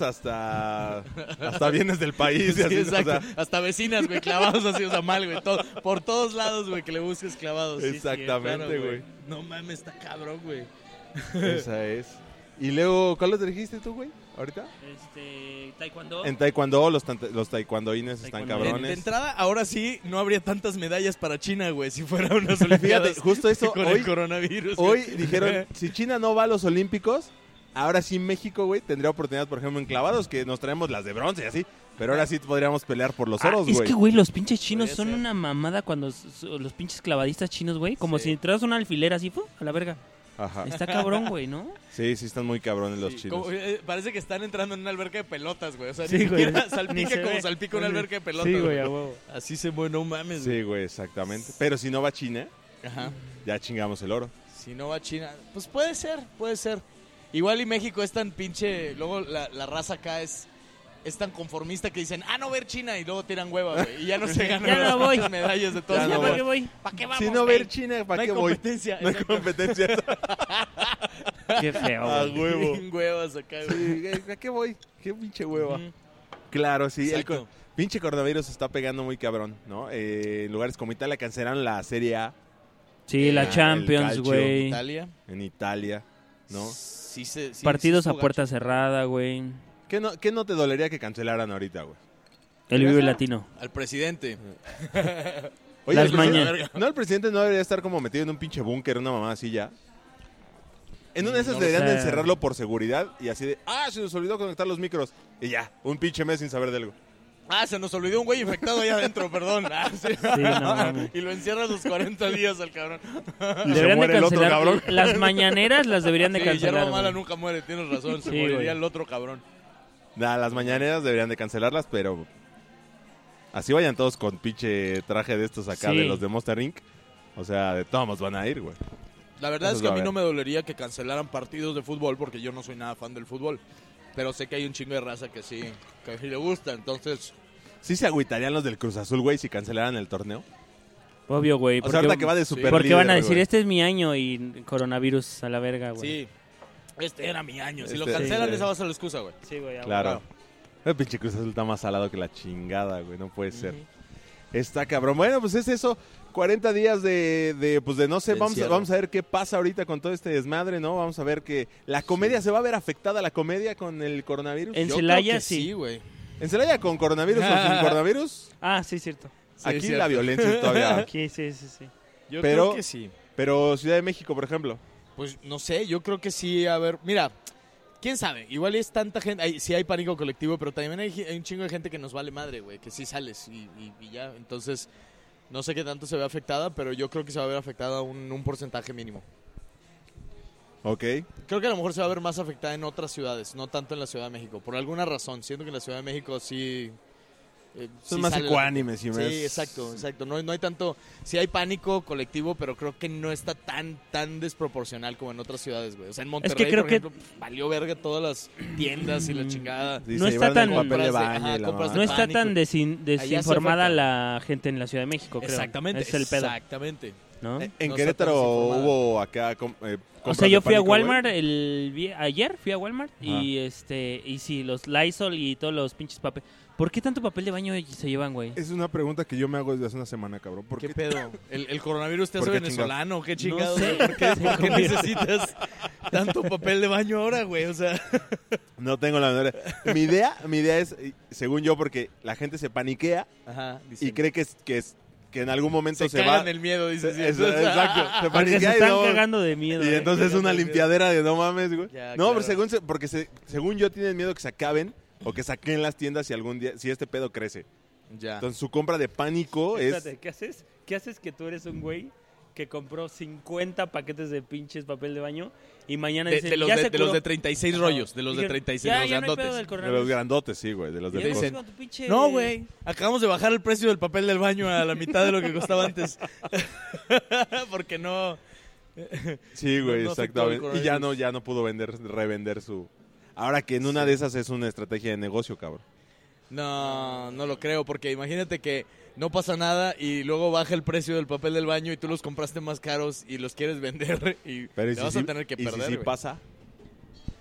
hasta, hasta bienes del país.
Sí,
y así, ¿no? O sea,
exacto. Hasta vecinas, güey, clavados así, o sea, mal, güey. todo- por todos lados, güey, que le busques clavados. Sí, sí,
Exactamente,
claro,
güey.
No mames, está cabrón, güey.
esa es. Y luego, ¿cuál los dirigiste tú, güey? ¿Ahorita?
Este, taekwondo.
En taekwondo, los, tan- los taekwondoines están
Taekwondo.
Oh. En- De
cabrones.
entrada, ahora sí, no habría tantas medallas para China, güey, si fuera unas olimpiadas.
Fíjate, justo eso,
con
hoy,
el coronavirus.
hoy
güey.
dijeron, si China no va a los olímpicos, ahora sí México, güey, tendría oportunidad, por ejemplo, en clavados, que nos traemos las de bronce y así. Pero ahora sí podríamos pelear por los
Ah,
oros,
es
güey.
que, güey, los pinches chinos
Podría
son
ser.
una mamada cuando s- s- los pinches clavadistas chinos, güey. Como
Sí.
si entras un alfiler así, ¡fu! a la verga.
Ajá.
Está cabrón, güey, ¿no?
Sí, sí están muy cabrones los
Sí,
chinos.
como, eh, parece que están entrando en una alberca de pelotas, güey. O sea,
Sí,
ni
güey.
siquiera
Ni
salpica
se
como
ve.
salpica una alberca de pelotas.
Sí, güey,
güey.
a huevo.
Así se mueve, no mames, güey.
Sí, güey, exactamente. Pero si no va China,
Ajá.
ya chingamos el oro.
Si no va a China, pues puede ser, puede ser. Igual y México es tan pinche, luego la, la raza acá es, es tan conformista que dicen, ah, no ver China y luego tiran hueva, güey. Y ya no se ganan
Ya no
las
voy.
pinches medallas de todos
Ya
Ya,
no
¿para
voy.
qué eh? voy?
¿Para qué vamos?
si no
güey?
ver China,
no
¿para
hay
qué voy?
competencia.
No hay competencia.
Qué feo,
Ah,
A
güey.
huevo.
Sin huevas acá, güey.
Sí, ¿A qué voy? Qué pinche hueva.
Ujú.
Claro, sí. El
Exacto.
co- pinche coronavirus está pegando muy cabrón, ¿no? Eh, en lugares como Italia cancelaron la Serie A
Sí, la
Ah, el
Champions,
calcio,
güey.
Italia.
en Italia, ¿no?
Sí se- sí-
Partidos
sí
a
estuvo
puerta cerrada, güey.
¿Qué no, qué no te dolería que cancelaran ahorita, güey?
El vivo latino.
gacho. Al presidente.
Las
el presidente-
mañas.
No, el presidente no debería estar como metido en un pinche búnker, una mamá así ya. En una de esas
No lo
deberían
sé.
de encerrarlo por seguridad y así de, ah, se nos olvidó conectar los micros. Y ya, un pinche mes sin saber de algo.
Ah, se nos olvidó un güey infectado allá adentro, perdón. Ah, sí.
no mames.
y lo encierran los 40 días al cabrón.
Y se
Deberían de
muere el otro
cancelar.
cabrón.
Las mañaneras las deberían de
Sí,
cancelar.
hierba mala
güey.
nunca muere, tienes razón. Se
Sí,
moriría
güey.
el otro cabrón.
Nah, las mañaneras deberían de cancelarlas, pero así vayan todos con pinche traje de estos acá
Sí.
de los de Monster Inc. O sea, de todos modos van a ir, güey.
La verdad
Eso
es que
es
a mí
la
no me dolería que cancelaran partidos de fútbol porque yo no soy nada fan del fútbol. Pero sé que hay un chingo de raza que sí, que sí le gusta. Entonces,
Sí se agüitarían los del Cruz Azul, güey, si cancelaran el torneo.
Obvio, güey.
O sea, ahorita que va de super
porque van a
líder,
decir,
güey.
este es mi año y coronavirus a la verga, güey.
sí, este era mi año. Si lo
Este-
cancelan,
sí,
esa va a ser la excusa, güey.
Sí, güey.
Claro. El pinche Cruz Azul está más salado que la chingada, güey. No puede ser. Está cabrón. Bueno, pues es eso. 40 días de, de, pues de no sé,
De
vamos, a-
encierro.
vamos a ver qué pasa ahorita con todo este desmadre, ¿no? Vamos a ver que la comedia, ¿se va a ver afectada la comedia con el coronavirus?
En
Yo
Celaya,
creo que
sí.
Sí, güey.
¿En Celaya con coronavirus o sin coronavirus?
Ah, sí, cierto.
Sí,
Aquí
es cierto.
la violencia es todavía.
Aquí, sí, sí, sí.
Yo
Pero-
creo que sí.
Pero Ciudad de México, por ejemplo.
Pues no sé, yo creo que sí, a ver, mira, quién sabe, igual es tanta gente, hay- sí hay pánico colectivo, pero también hay, hay un chingo de gente que nos vale madre, güey, que sí sales y, y- y ya, entonces no sé qué tanto se ve afectada, pero yo creo que se va a ver afectada un, un porcentaje mínimo.
Ok.
Creo que a lo mejor se va a ver más afectada en otras ciudades, no tanto en la Ciudad de México, por alguna razón, siento que en la Ciudad de México sí... eh,
Son
sí
más
sale la-
ecuánimes y más.
Sí, exacto, exacto. No, no hay tanto. Sí hay pánico colectivo, pero creo que no está tan tan desproporcional como en otras ciudades, güey. O sea, en Monterrey,
creo
por
que-
ejemplo, valió verga todas las tiendas y
Mm,
la chingada.
Sí,
No
se
está
llevaron el
tan-
papel de
Compras de-
baño
ajá,
y la
compras
mamá.
No está tan
pánico.
desin-
hace
desinformada
falta.
la gente en la Ciudad de México, creo.
Exactamente,
Es el pedo,
exactamente.
¿no?
Eh, En
No está tan
Querétaro
desinformada.
hubo acá. com- eh,
O
compras
sea, yo
de
fui a
pánico, güey.
Walmart el vi- ayer, fui a Walmart y este y sí, los Lysol y todos los pinches papel. ¿Por qué tanto papel de baño se llevan, güey?
Es una pregunta que yo me hago desde hace una semana, cabrón. ¿Por
¿Qué
qué?
pedo? ¿El, el coronavirus te hace
¿Por qué chingados?
venezolano? ¿Qué chingados?
sé.
güey? ¿Por qué,
Se
por qué
convierte.
necesitas tanto papel de baño ahora, güey? O sea,
No tengo la menor idea. Mi idea, mi idea es, eh, según yo, porque la gente se paniquea
ajá,
y
dicen,
cree que, es- que, es- que en algún momento
se,
se,
cagan
va.
el miedo, dices.
se- es-
"Ah".
exacto. Se
Porque se
paniquea y,
están
no-
cagando de miedo.
y
eh.
entonces es una
Ya,
limpiadera de no mames, güey.
Ya,
no,
claro.
pero según, se- porque se- según yo tienen miedo que se acaben o que saquen las tiendas si algún día, si este pedo crece.
Ya.
Entonces su compra de pánico es.
Espérate, ¿qué haces? ¿Qué haces que tú eres un güey que compró 50 paquetes de pinches papel de baño y mañana
De,
dice,
de los
ya
de,
se
de los
curó"?
de 36 rollos, de los de
Dijeron,
36,
ya,
los
ya no hay pedo
grandotes.
del
De los
coronavirus.
grandotes, sí, güey. De los
Y
de
entonces
cosas.
con tu pinche-
No, güey. Acabamos de bajar el precio del papel del baño a la mitad de lo que costaba antes. Porque no.
Sí, güey,
no afectó al
exactamente. Y ya
coronavirus.
no, ya no pudo vender, revender su. Ahora que en una de esas es una estrategia de negocio, cabrón.
No, no lo creo, porque imagínate que no pasa nada y luego baja el precio del papel del baño y tú los compraste más caros y los quieres vender y
Pero
te
¿y si
vas
sí-
a tener que
y si
perder.
sí
güey.
pasa?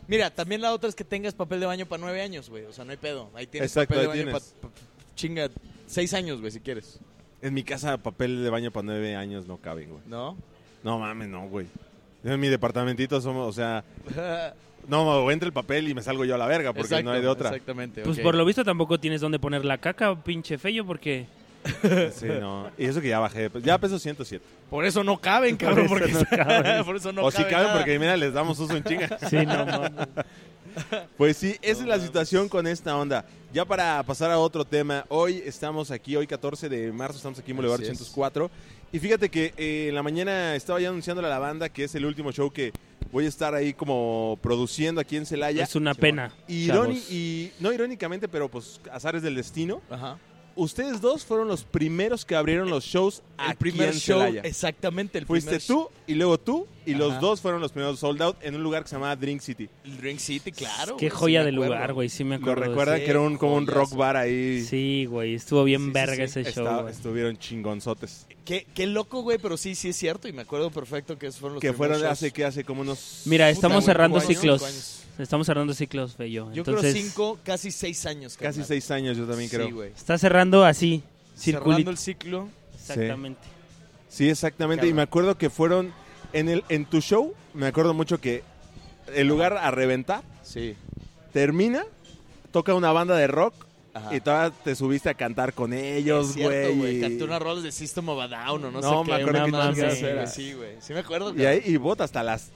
Mira, también la otra es que tengas papel de baño para nueve años, güey. O sea, no hay pedo. Ahí tienes
Exacto,
papel
ahí
de baño
tienes.
para chinga seis años, güey, si quieres.
En mi casa papel de baño para nueve años no caben, güey.
¿No?
No mames, no, güey. En mi departamentito somos, o sea, no, o entra el papel y me salgo yo a la verga porque no hay de otra.
Exactamente.
Pues
ok.
por lo visto tampoco tienes dónde poner la caca, pinche fello, porque...
Sí, no. Y eso que ya bajé, de pe- ya peso 107.
Por eso no caben, cabrón.
Por
porque-
eso
Por eso no caben.
o si caben
nada.
porque mira, les damos uso en chinga.
Sí, no mames.
Pues sí, esa
No
es la
mames.
situación con esta onda. Ya para pasar a otro tema, hoy estamos aquí, hoy 14 de marzo, estamos aquí en Boulevard
Así es.
804. Y fíjate que eh, en la mañana estaba ya anunciándole a la banda que es el último show que voy a estar ahí como produciendo aquí en Celaya.
Es una pena.
Y,
chavos.
ironi- y no irónicamente, pero pues azares del destino.
Ajá.
Ustedes dos fueron los primeros que abrieron los shows
El
aquí
primer
en
show,
Celaya.
exactamente. El
Fuiste
primer
tú y luego tú y los
Ajá.
dos fueron los primeros sold out en un lugar que se llamaba Drink City.
El Drink City, claro.
Qué
güey, sí
joya
me
de
acuerdo.
lugar, güey. Sí me
Lo
acuerdo. de
recuerdan
sí,
que era un, como un rock
joyazo.
bar
ese-
ahí.
Sí, güey. Estuvo bien
Sí, sí,
verga
sí.
ese este show,
Estaba-
güey.
estuvieron chingonzotes.
Qué, qué loco, güey, pero sí, sí es cierto. Y me acuerdo perfecto que esos fueron los
Que
primeros
fueron
shows.
hace que hace como unos
Mira, estamos
güey,
cerrando
cinco años,
ciclos.
cinco años.
Estamos cerrando ciclos, Fello.
Yo
Entonces,
creo cinco, casi seis años.
casi
carnal.
seis años, yo también creo.
Sí, güey.
Está cerrando así,
Cerrando
circulito.
el ciclo.
Exactamente.
Sí, exactamente. Y
Cabrón.
me acuerdo que fueron en el en tu show. Me acuerdo mucho que el lugar a reventar
Sí.
termina, toca una banda de rock
Ajá.
y todavía te subiste a cantar con ellos,
Es cierto,
güey.
güey.
y-
Canté unas rolas de System of a Down o no,
No,
sé
me
qué.
acuerdo
una
qué
madre,
chingados
sí,
era.
güey, Sí, güey. Sí me acuerdo.
Y ahí y bota hasta las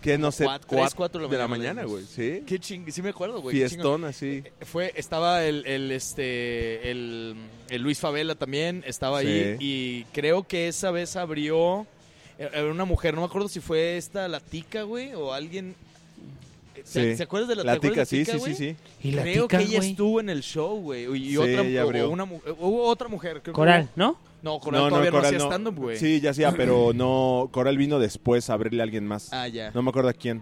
que no sé
Cuatro, tres, cuatro
de la mañana, güey. Sí.
Qué ching... Sí me acuerdo, güey. qué chingón. Eh,
Fiestón así.
Fue, estaba el, el, este, el, el Luis Favela también, estaba
Sí.
ahí. Y creo que esa vez abrió eh, eh, una mujer, no me acuerdo si fue esta, la tica, güey, o alguien. Eh, ¿Te,
Sí.
te acuerdas de la,
La
te acuerdas
tica,
de
sí, sí, sí,
güey?
sí.
Y la
creo
tica,
que ella
güey.
estuvo en el show, güey. Y,
Sí,
otra,
ella
o-
abrió.
Una, mu- eh, hubo otra mujer. Creo que
Coral,
hubo-
¿no?
no, Coral todavía no
Coral
hacía
no.
stand-up, güey.
Sí, ya hacía, pero no. Coral vino después a abrirle a alguien más.
Ah, ya.
No me acuerdo a quién.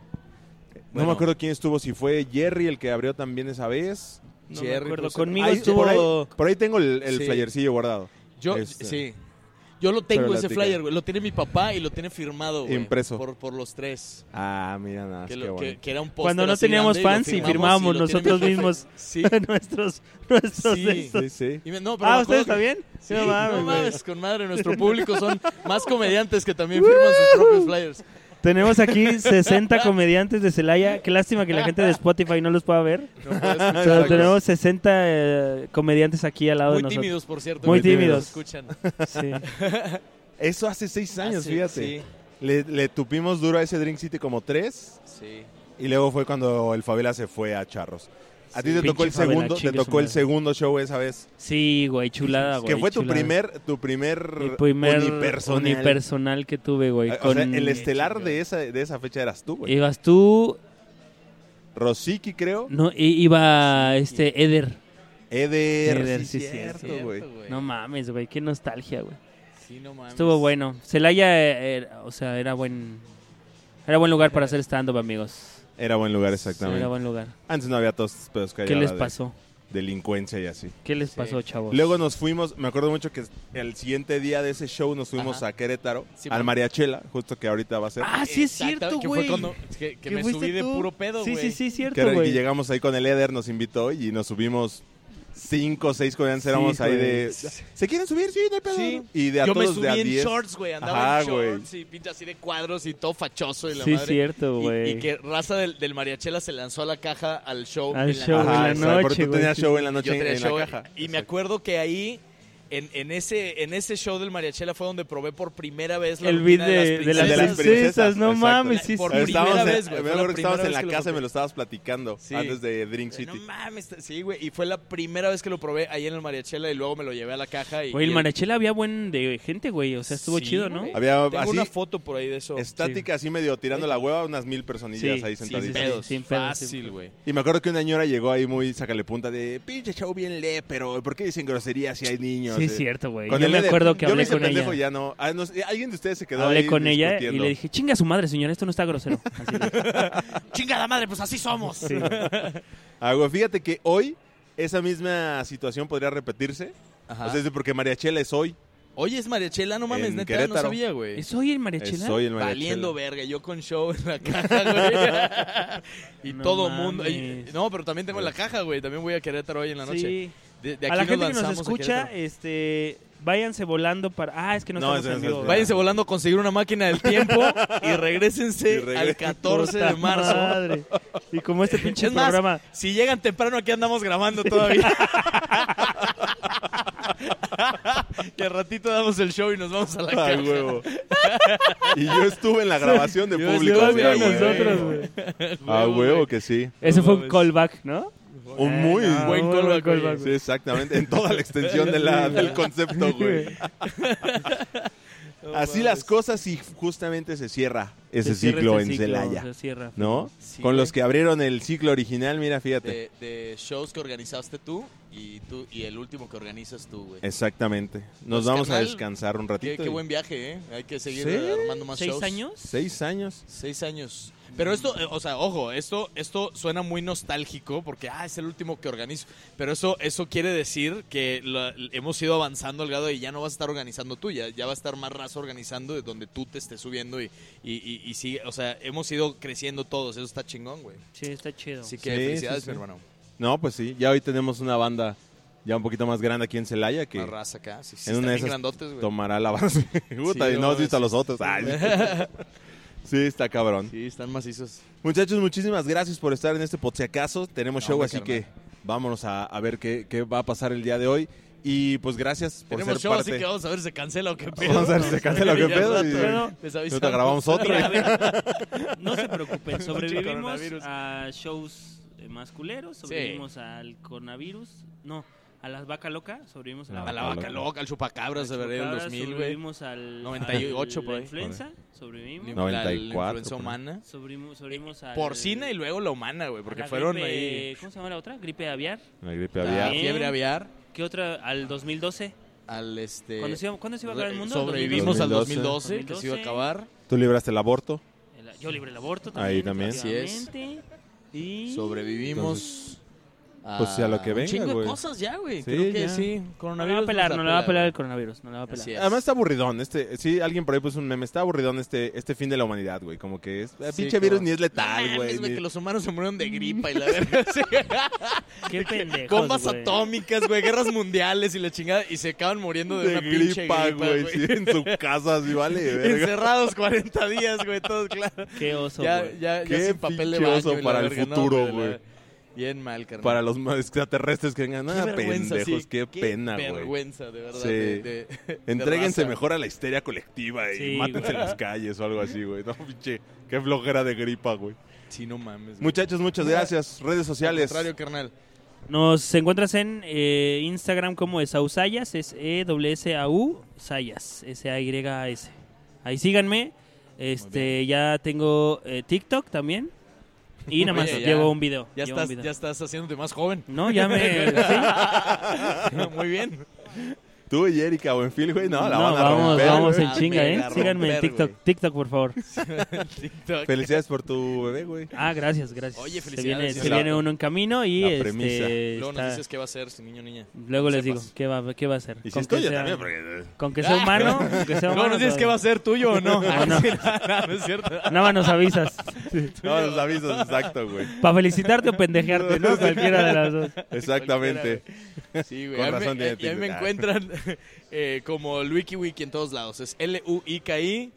No
Bueno.
me acuerdo quién estuvo, si fue Jerry el que abrió también esa vez.
No me
Jerry,
acuerdo.
pues,
Conmigo
Ahí-
estuvo...
Por ahí, por ahí tengo el, el
Sí.
flyercillo guardado,
Yo,
Este.
sí. Yo lo
Pero
tengo
la
ese
tica.
flyer, güey. Lo tiene mi papá y lo tiene firmado, güey.
Impreso.
Por, por los tres.
Ah, mira nada, más,
Que,
qué
lo- que-
bonito.
que era un póster
Cuando no
así
teníamos
grande y lo
fans y
firmamos
firmábamos
y lo tiene
nosotros
mi-
mismos
Sí.
nuestros... nuestros
Sí.
de estos.
Sí, sí.
Y me- no, pero me
Ah,
acuerdo
¿ustedes
que-
también?
Sí,
no mames, güey.
con madre. Nuestro público son más comediantes que también firman sus propios flyers.
Tenemos aquí 60 comediantes de Celaya. Qué lástima que la gente de Spotify no los pueda ver.
No puedes
Ah,
escuchar.
Pero tenemos 60 eh, comediantes aquí al lado
Muy
de nosotros.
tímidos, por cierto.
Muy
que no nos
tímidos.
escuchan. Ah,
Sí.
Eso hace seis años,
Hace-
fíjate. Le, le tupimos duro a ese Drink City como tres
Sí, sí.
y luego fue cuando el Favela se fue a Charros. A ti
Sí.
te tocó el
Pinche Favela,
segundo, te
chingue su
tocó el
madre.
segundo show esa vez,
Sí, güey, chulada, güey.
que fue tu
chulada.
primer, tu primer,
Mi primer
unipersonal.
unipersonal que tuve, güey.
Ah, o
con-
sea, el estelar de esa, de esa fecha eras tú, güey.
Ibas tú,
Rosicky, creo.
no, i- iba este Eder.
Eder.
Eder, sí,
cierto,
cierto,
güey.
No mames, güey, qué nostalgia, güey.
Sí, no mames.
Estuvo bueno. Celaya, eh, era- o sea, era buen, era buen lugar para hacer stand-up, amigos.
Era buen lugar,
Era
exactamente.
buen lugar.
Antes no había todos estos pedos que hay
¿Qué
ahora
les
de
pasó? Pues-
Delincuencia y así.
¿Qué les
Sí.
pasó, chavos?
Luego nos fuimos, me acuerdo mucho que el siguiente día de ese show nos fuimos
Ajá.
a Querétaro,
Sí,
al
bueno.
Mariachela, justo que ahorita va a ser.
Ah, sí es cierto,
Exacto,
güey.
Que fue cuando que, que
¿Qué
me
fuiste
subí de
tú?
puro pedo,
Sí,
güey.
sí, sí,
que,
cierto,
era- que
güey.
llegamos ahí con el Eder, nos invitó y nos subimos cinco o seis coreanos, éramos ahí
güey.
de... ¿Se quieren subir? Sí, no hay pedo.
Sí.
Y de a
Yo me
todos
subí
de a
en
10.
shorts, güey. Andaba
Ajá,
en
güey.
shorts y pinta así de cuadros y todo fachoso y la
Sí,
madre.
cierto,
Y-
güey.
Y, que raza del, del Mariachela se lanzó a la caja al show.
Al
en la
show,
noche.
en la
exacto, porque
noche,
tú
güey,
tenías
sí,
show en la
Yo
noche en,
tenía
en la
show,
caja.
Y me acuerdo que ahí, en, en ese, en ese show del Mariachela fue donde probé por primera vez la
el beat
rutina
de, de las
princesas.
princesas,
De las princesas,
no
exacto.
mames, sí,
Por
sí.
primera
Estábamos en-
vez, güey,
Me
fue la
acuerdo que estábamos
primera
en la
vez que lo
casa y me
probé.
lo estabas platicando
Sí.
antes de Drink
No
City.
mames, sí, güey. Y fue la primera vez que lo probé ahí en el Mariachela y luego me lo llevé a la caja. Y,
Güey,
y
el
el-
Marichela había buen de gente, güey. O sea, estuvo
Sí,
chido, ¿no?
güey.
Había
Tengo
así,
una foto por ahí de eso.
estática, así medio tirando la hueva, unas mil personillas
Sí,
ahí
sí,
sin
sentaditas.
sí,
pedos.
sin pedos,
Fácil,
sin-
güey.
Y me acuerdo que una señora llegó ahí muy sácale punta de pinche show bien le, pero ¿por qué dicen groserías si hay niños?
Sí,
Eh,
es cierto, güey.
con
Yo
el
me
Eder.
acuerdo que
Yo
hablé
ese
con
pendejo
ella.
ya no. Ah, no sé, Alguien de ustedes se quedó
Hablé
ahí
con ella y
discutiendo.
le dije, chinga su madre, señora, esto no está grosero. Así, "Oh,
Chingada madre, pues así somos.
sí.
Ah, güey, fíjate que hoy esa misma situación podría repetirse.
Ajá.
O sea, es de porque Mariachela es hoy.
Oye, es Mariachela, no mames,
En
neta, no
Querétalo.
sabía, güey.
¿Es hoy el Mariachela?
Es hoy el Mariachela.
Valiendo verga, yo con show en la caja, güey. y
No
todo
mames. Pues.
mundo. y- no, pero también tengo en la caja, güey. También voy a Querétaro hoy en la noche.
Sí.
De, de
a
aquí
la gente que nos
lanzamos a
escucha,
Querétaro.
este, váyanse volando para... Ah, es que no,
No,
estamos
es-
en
es-
vivo.
es-
Váyanse volando a conseguir una máquina del tiempo y regrésense
Y regresen.
al 14 de
Puta
marzo.
madre. Y como este pinche
Es más,
programa...
Si llegan temprano, aquí andamos grabando todavía. y al ratito damos el show y nos vamos a la
Ah,
caja.
huevo. y yo estuve en la grabación de
Yo
público.
estuve
güey,
con
a huevo.
nosotros, Ah, güey.
A huevo
güey.
que sí.
Ese
No
fue un
mames.
callback, ¿no?
Un muy
Eh, no,
buen
muy
callback, güey.
callback,
Sí, exactamente. En toda la extensión de la- del concepto, güey.
No
Así
mames.
las cosas y justamente se cierra ese
Se cierra
ciclo
ese
en
ciclo,
Celaya.
se cierra.
¿No?
Sí,
Con
güey.
los que abrieron el ciclo original, mira, fíjate.
de, de shows que organizaste tú y tú y el último que organizas tú, güey.
Exactamente. Nos
Pues,
vamos a
carnal,
descansar un
Qué,
ratito.
qué
y-
buen viaje, ¿eh? Hay que seguir
Sí. Mm.
armando más
¿Seis
shows.
años?
Seis años.
Seis años. Pero esto, eh, o sea, ojo, esto, esto suena muy nostálgico porque, ah, es el último que organizo. Pero eso, eso quiere decir que la- hemos ido avanzando al grado de ya no vas a estar organizando tú, ya, ya va a estar más raza organizando de donde tú te estés subiendo y, y, y- y sigue, o sea, hemos ido creciendo todos, eso está chingón, güey.
Sí, está chido.
Así que
Sí,
felicidades,
sí, sí.
mi hermano.
No, pues sí. Ya hoy tenemos una banda ya un poquito más grande aquí en Celaya que
Más raza acá, sí, sí,
En
están
una de
bien
esas
grandotes, güey.
tomará la base. Puta,
Sí,
y
no
no has
mames.
visto a los otros. Ay, sí, está cabrón.
Sí, están macizos.
Muchachos, muchísimas gracias por estar en este por si acaso. Tenemos
No,
show,
hombre,
así
carnal.
que vámonos a, a ver qué, qué va a pasar el día de hoy. Y pues gracias por
Tenemos
ser
show,
parte.
así que vamos a ver si se cancela o qué pedo.
Vamos a ver si se cancela o qué
Ya
pedo,
al
y-
rato les avisamos.
Ahorita grabamos otro.
Mira,
y-
a ver,
No se preocupen, sobrevivimos
coronavirus.
a shows eh, masculeros, sobrevivimos al coronavirus, no, a la vaca loca, sobrevivimos a la,
No,
A la vaca loca, al chupacabras de febrero del
chupacabra,
2000, güey.
Sobrevivimos al
98
al-
por ahí.
la influenza, sobrevivimos.
No, 94,
La influenza
por ahí.
humana.
Sobrevivimos,
Eh,
sobrevivimos al
Porcina y luego la humana, güey,
a
porque
la
fueron
gripe-
ahí.
¿Cómo se llama la otra? Gripe aviar.
La gripe
La
aviar.
También.
fiebre aviar,
¿Qué otra? Al 2012.
al este.
¿Cuándo se iba, cuándo se iba a acabar el mundo?
Sobrevivimos al 2012, que se iba a
2012.
acabar.
Tú libraste el aborto.
El- Yo libre el aborto también.
Ahí también.
Así es.
efectivamente. Y
Sobrevivimos.
pues, a lo que
un
venga,
chingo de
güey.
cosas ya, güey.
Sí,
Creo que
ya.
sí.
no le va
Coronavirus.
a pelar,
nos
no
la
le va a
pela,
pelar el coronavirus, no le va a
güey.
pelar.
Así es.
Además está aburridón este, sí, alguien por ahí puso un meme, está aburridón este, este fin de la humanidad, güey, como que es, eh,
Sí,
pinche
como-
virus ni es
No
letal,
mames,
güey.
güey,
ni-
que los humanos se murieron de gripa y la verga. sí.
Qué pendejos,
Bombas
güey.
atómicas, güey, guerras mundiales y la chingada. Y se acaban muriendo de,
De
una pinche
gripa, güey, sí, en su casa, así vale, verga.
Encerrados 40 días, güey, todos claro.
Qué oso,
Ya,
güey.
ya, ya
Qué
sin papel de
pinche
baño.
oso
y la
para el
verga, no,
futuro,
la-
güey.
Bien mal, carnal.
Para los más extraterrestres que vengan,
Qué
ah,
vergüenza,
pendejos,
sí,
qué, pena,
Qué
güey.
vergüenza, de verdad.
Sí.
de- de- de
Entréguense
raza.
mejor a la histeria colectiva y
Sí,
mátense
güey.
en las calles o algo así, güey. No, pinche, qué flojera de gripa, güey.
Sí, no mames. güey.
Muchachos, muchas
Mira,
gracias. Redes sociales.
Al contrario, carnal.
Nos encuentras en eh, Instagram como Esausayas, es e s a u Sayas, S A Y A S. Ahí síganme. Este, ya tengo eh, TikTok también. Y nada más
Oye, ya-
llevo un video.
Ya
llevo un
estás,
video.
ya estás haciéndote más joven.
No, ya me sí.
Muy bien.
Tú y Erika Buenfil, güey. No, la
No,
van a
vamos,
romper,
vamos
güey.
en chinga,
Me
eh.
la romper,
Síganme en TikTok,
güey.
TikTok, por favor.
TikTok.
Felicidades por tu bebé, güey.
Ah, gracias, gracias.
Oye,
se
felicidades,
viene,
sí,
se
la-
viene uno en camino y
la premisa.
este,
Luego nos
está-
dices qué va a ser si niño o niña.
luego les digo
sepas.
qué va, qué va a hacer.
Y si
Con
es tuyo
que sea-
también, porque... eh,
Con que sea humano, con que sea humano.
Luego nos dices
todo.
qué va a ser tuyo o no. Ah,
O Ah, no.
no es cierto.
Nada más nos avisas.
No, los avisos, exacto, güey.
Para felicitarte o pendejearte, ¿no? Cualquiera de las dos.
Exactamente.
Sí, güey.
Con
A mí me-
razón tiene
y a mí me
TikTok.
encuentran eh, como Luiki Wiki en todos lados. Es L-U-I-K-I,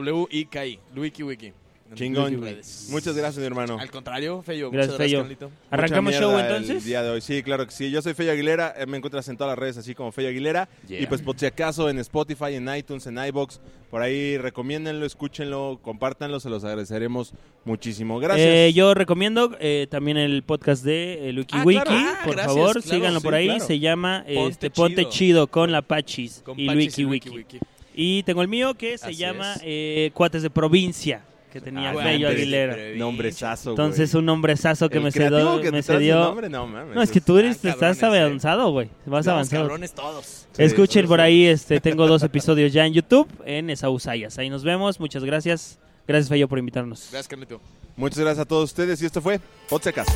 W-I-K-I. Luiki Wiki. En
Chingón.
redes.
Muchas gracias, mi hermano.
Al contrario, Feyo.
Gracias,
muchas gracias,
Feyo.
Carlito.
Arrancamos
Mucha
show
mierda El
entonces.
día de hoy, sí, claro que sí. Yo soy Feyo Aguilera, eh, me encuentras en todas las redes así como Feyo Aguilera.
Yeah.
Y pues por si acaso en Spotify, en iTunes, en iBox, por ahí recomiéndenlo, escúchenlo, compártanlo, se los agradeceremos muchísimo. Gracias.
Eh, yo recomiendo eh, también el podcast de eh, Luiki
Ah,
Wiki,
claro. Ah,
por
gracias,
favor,
claro,
síganlo
sí,
por ahí.
claro.
Se llama
Ponte
este, Ponte
Chido.
Chido con la Pachis
Con
y
Pachis
Luiki Wiki. Y tengo el mío que se
Así
llama
es.
eh, Cuates de Provincia, que tenía
Ah,
Bello
Cuates de
Aguilera.
Provincia.
Nombrezazo, güey.
Entonces, un nombrezazo que
El
me
creativo
cedió.
que
me
te traes de
cedió-
nombre, no, mames,
No, es que tú eres,
Ah,
estás
cabrones, eh.
avanzado, güey. Vas
Los
avanzado.
cabrones todos.
Sí,
Escuchen
sí,
por
sí.
ahí, este, tengo dos episodios ya en YouTube, en Esausayas. Ahí nos vemos, muchas gracias. Gracias, Fello, por invitarnos.
Gracias, Carlito.
Muchas gracias a todos ustedes y esto fue Por si acaso.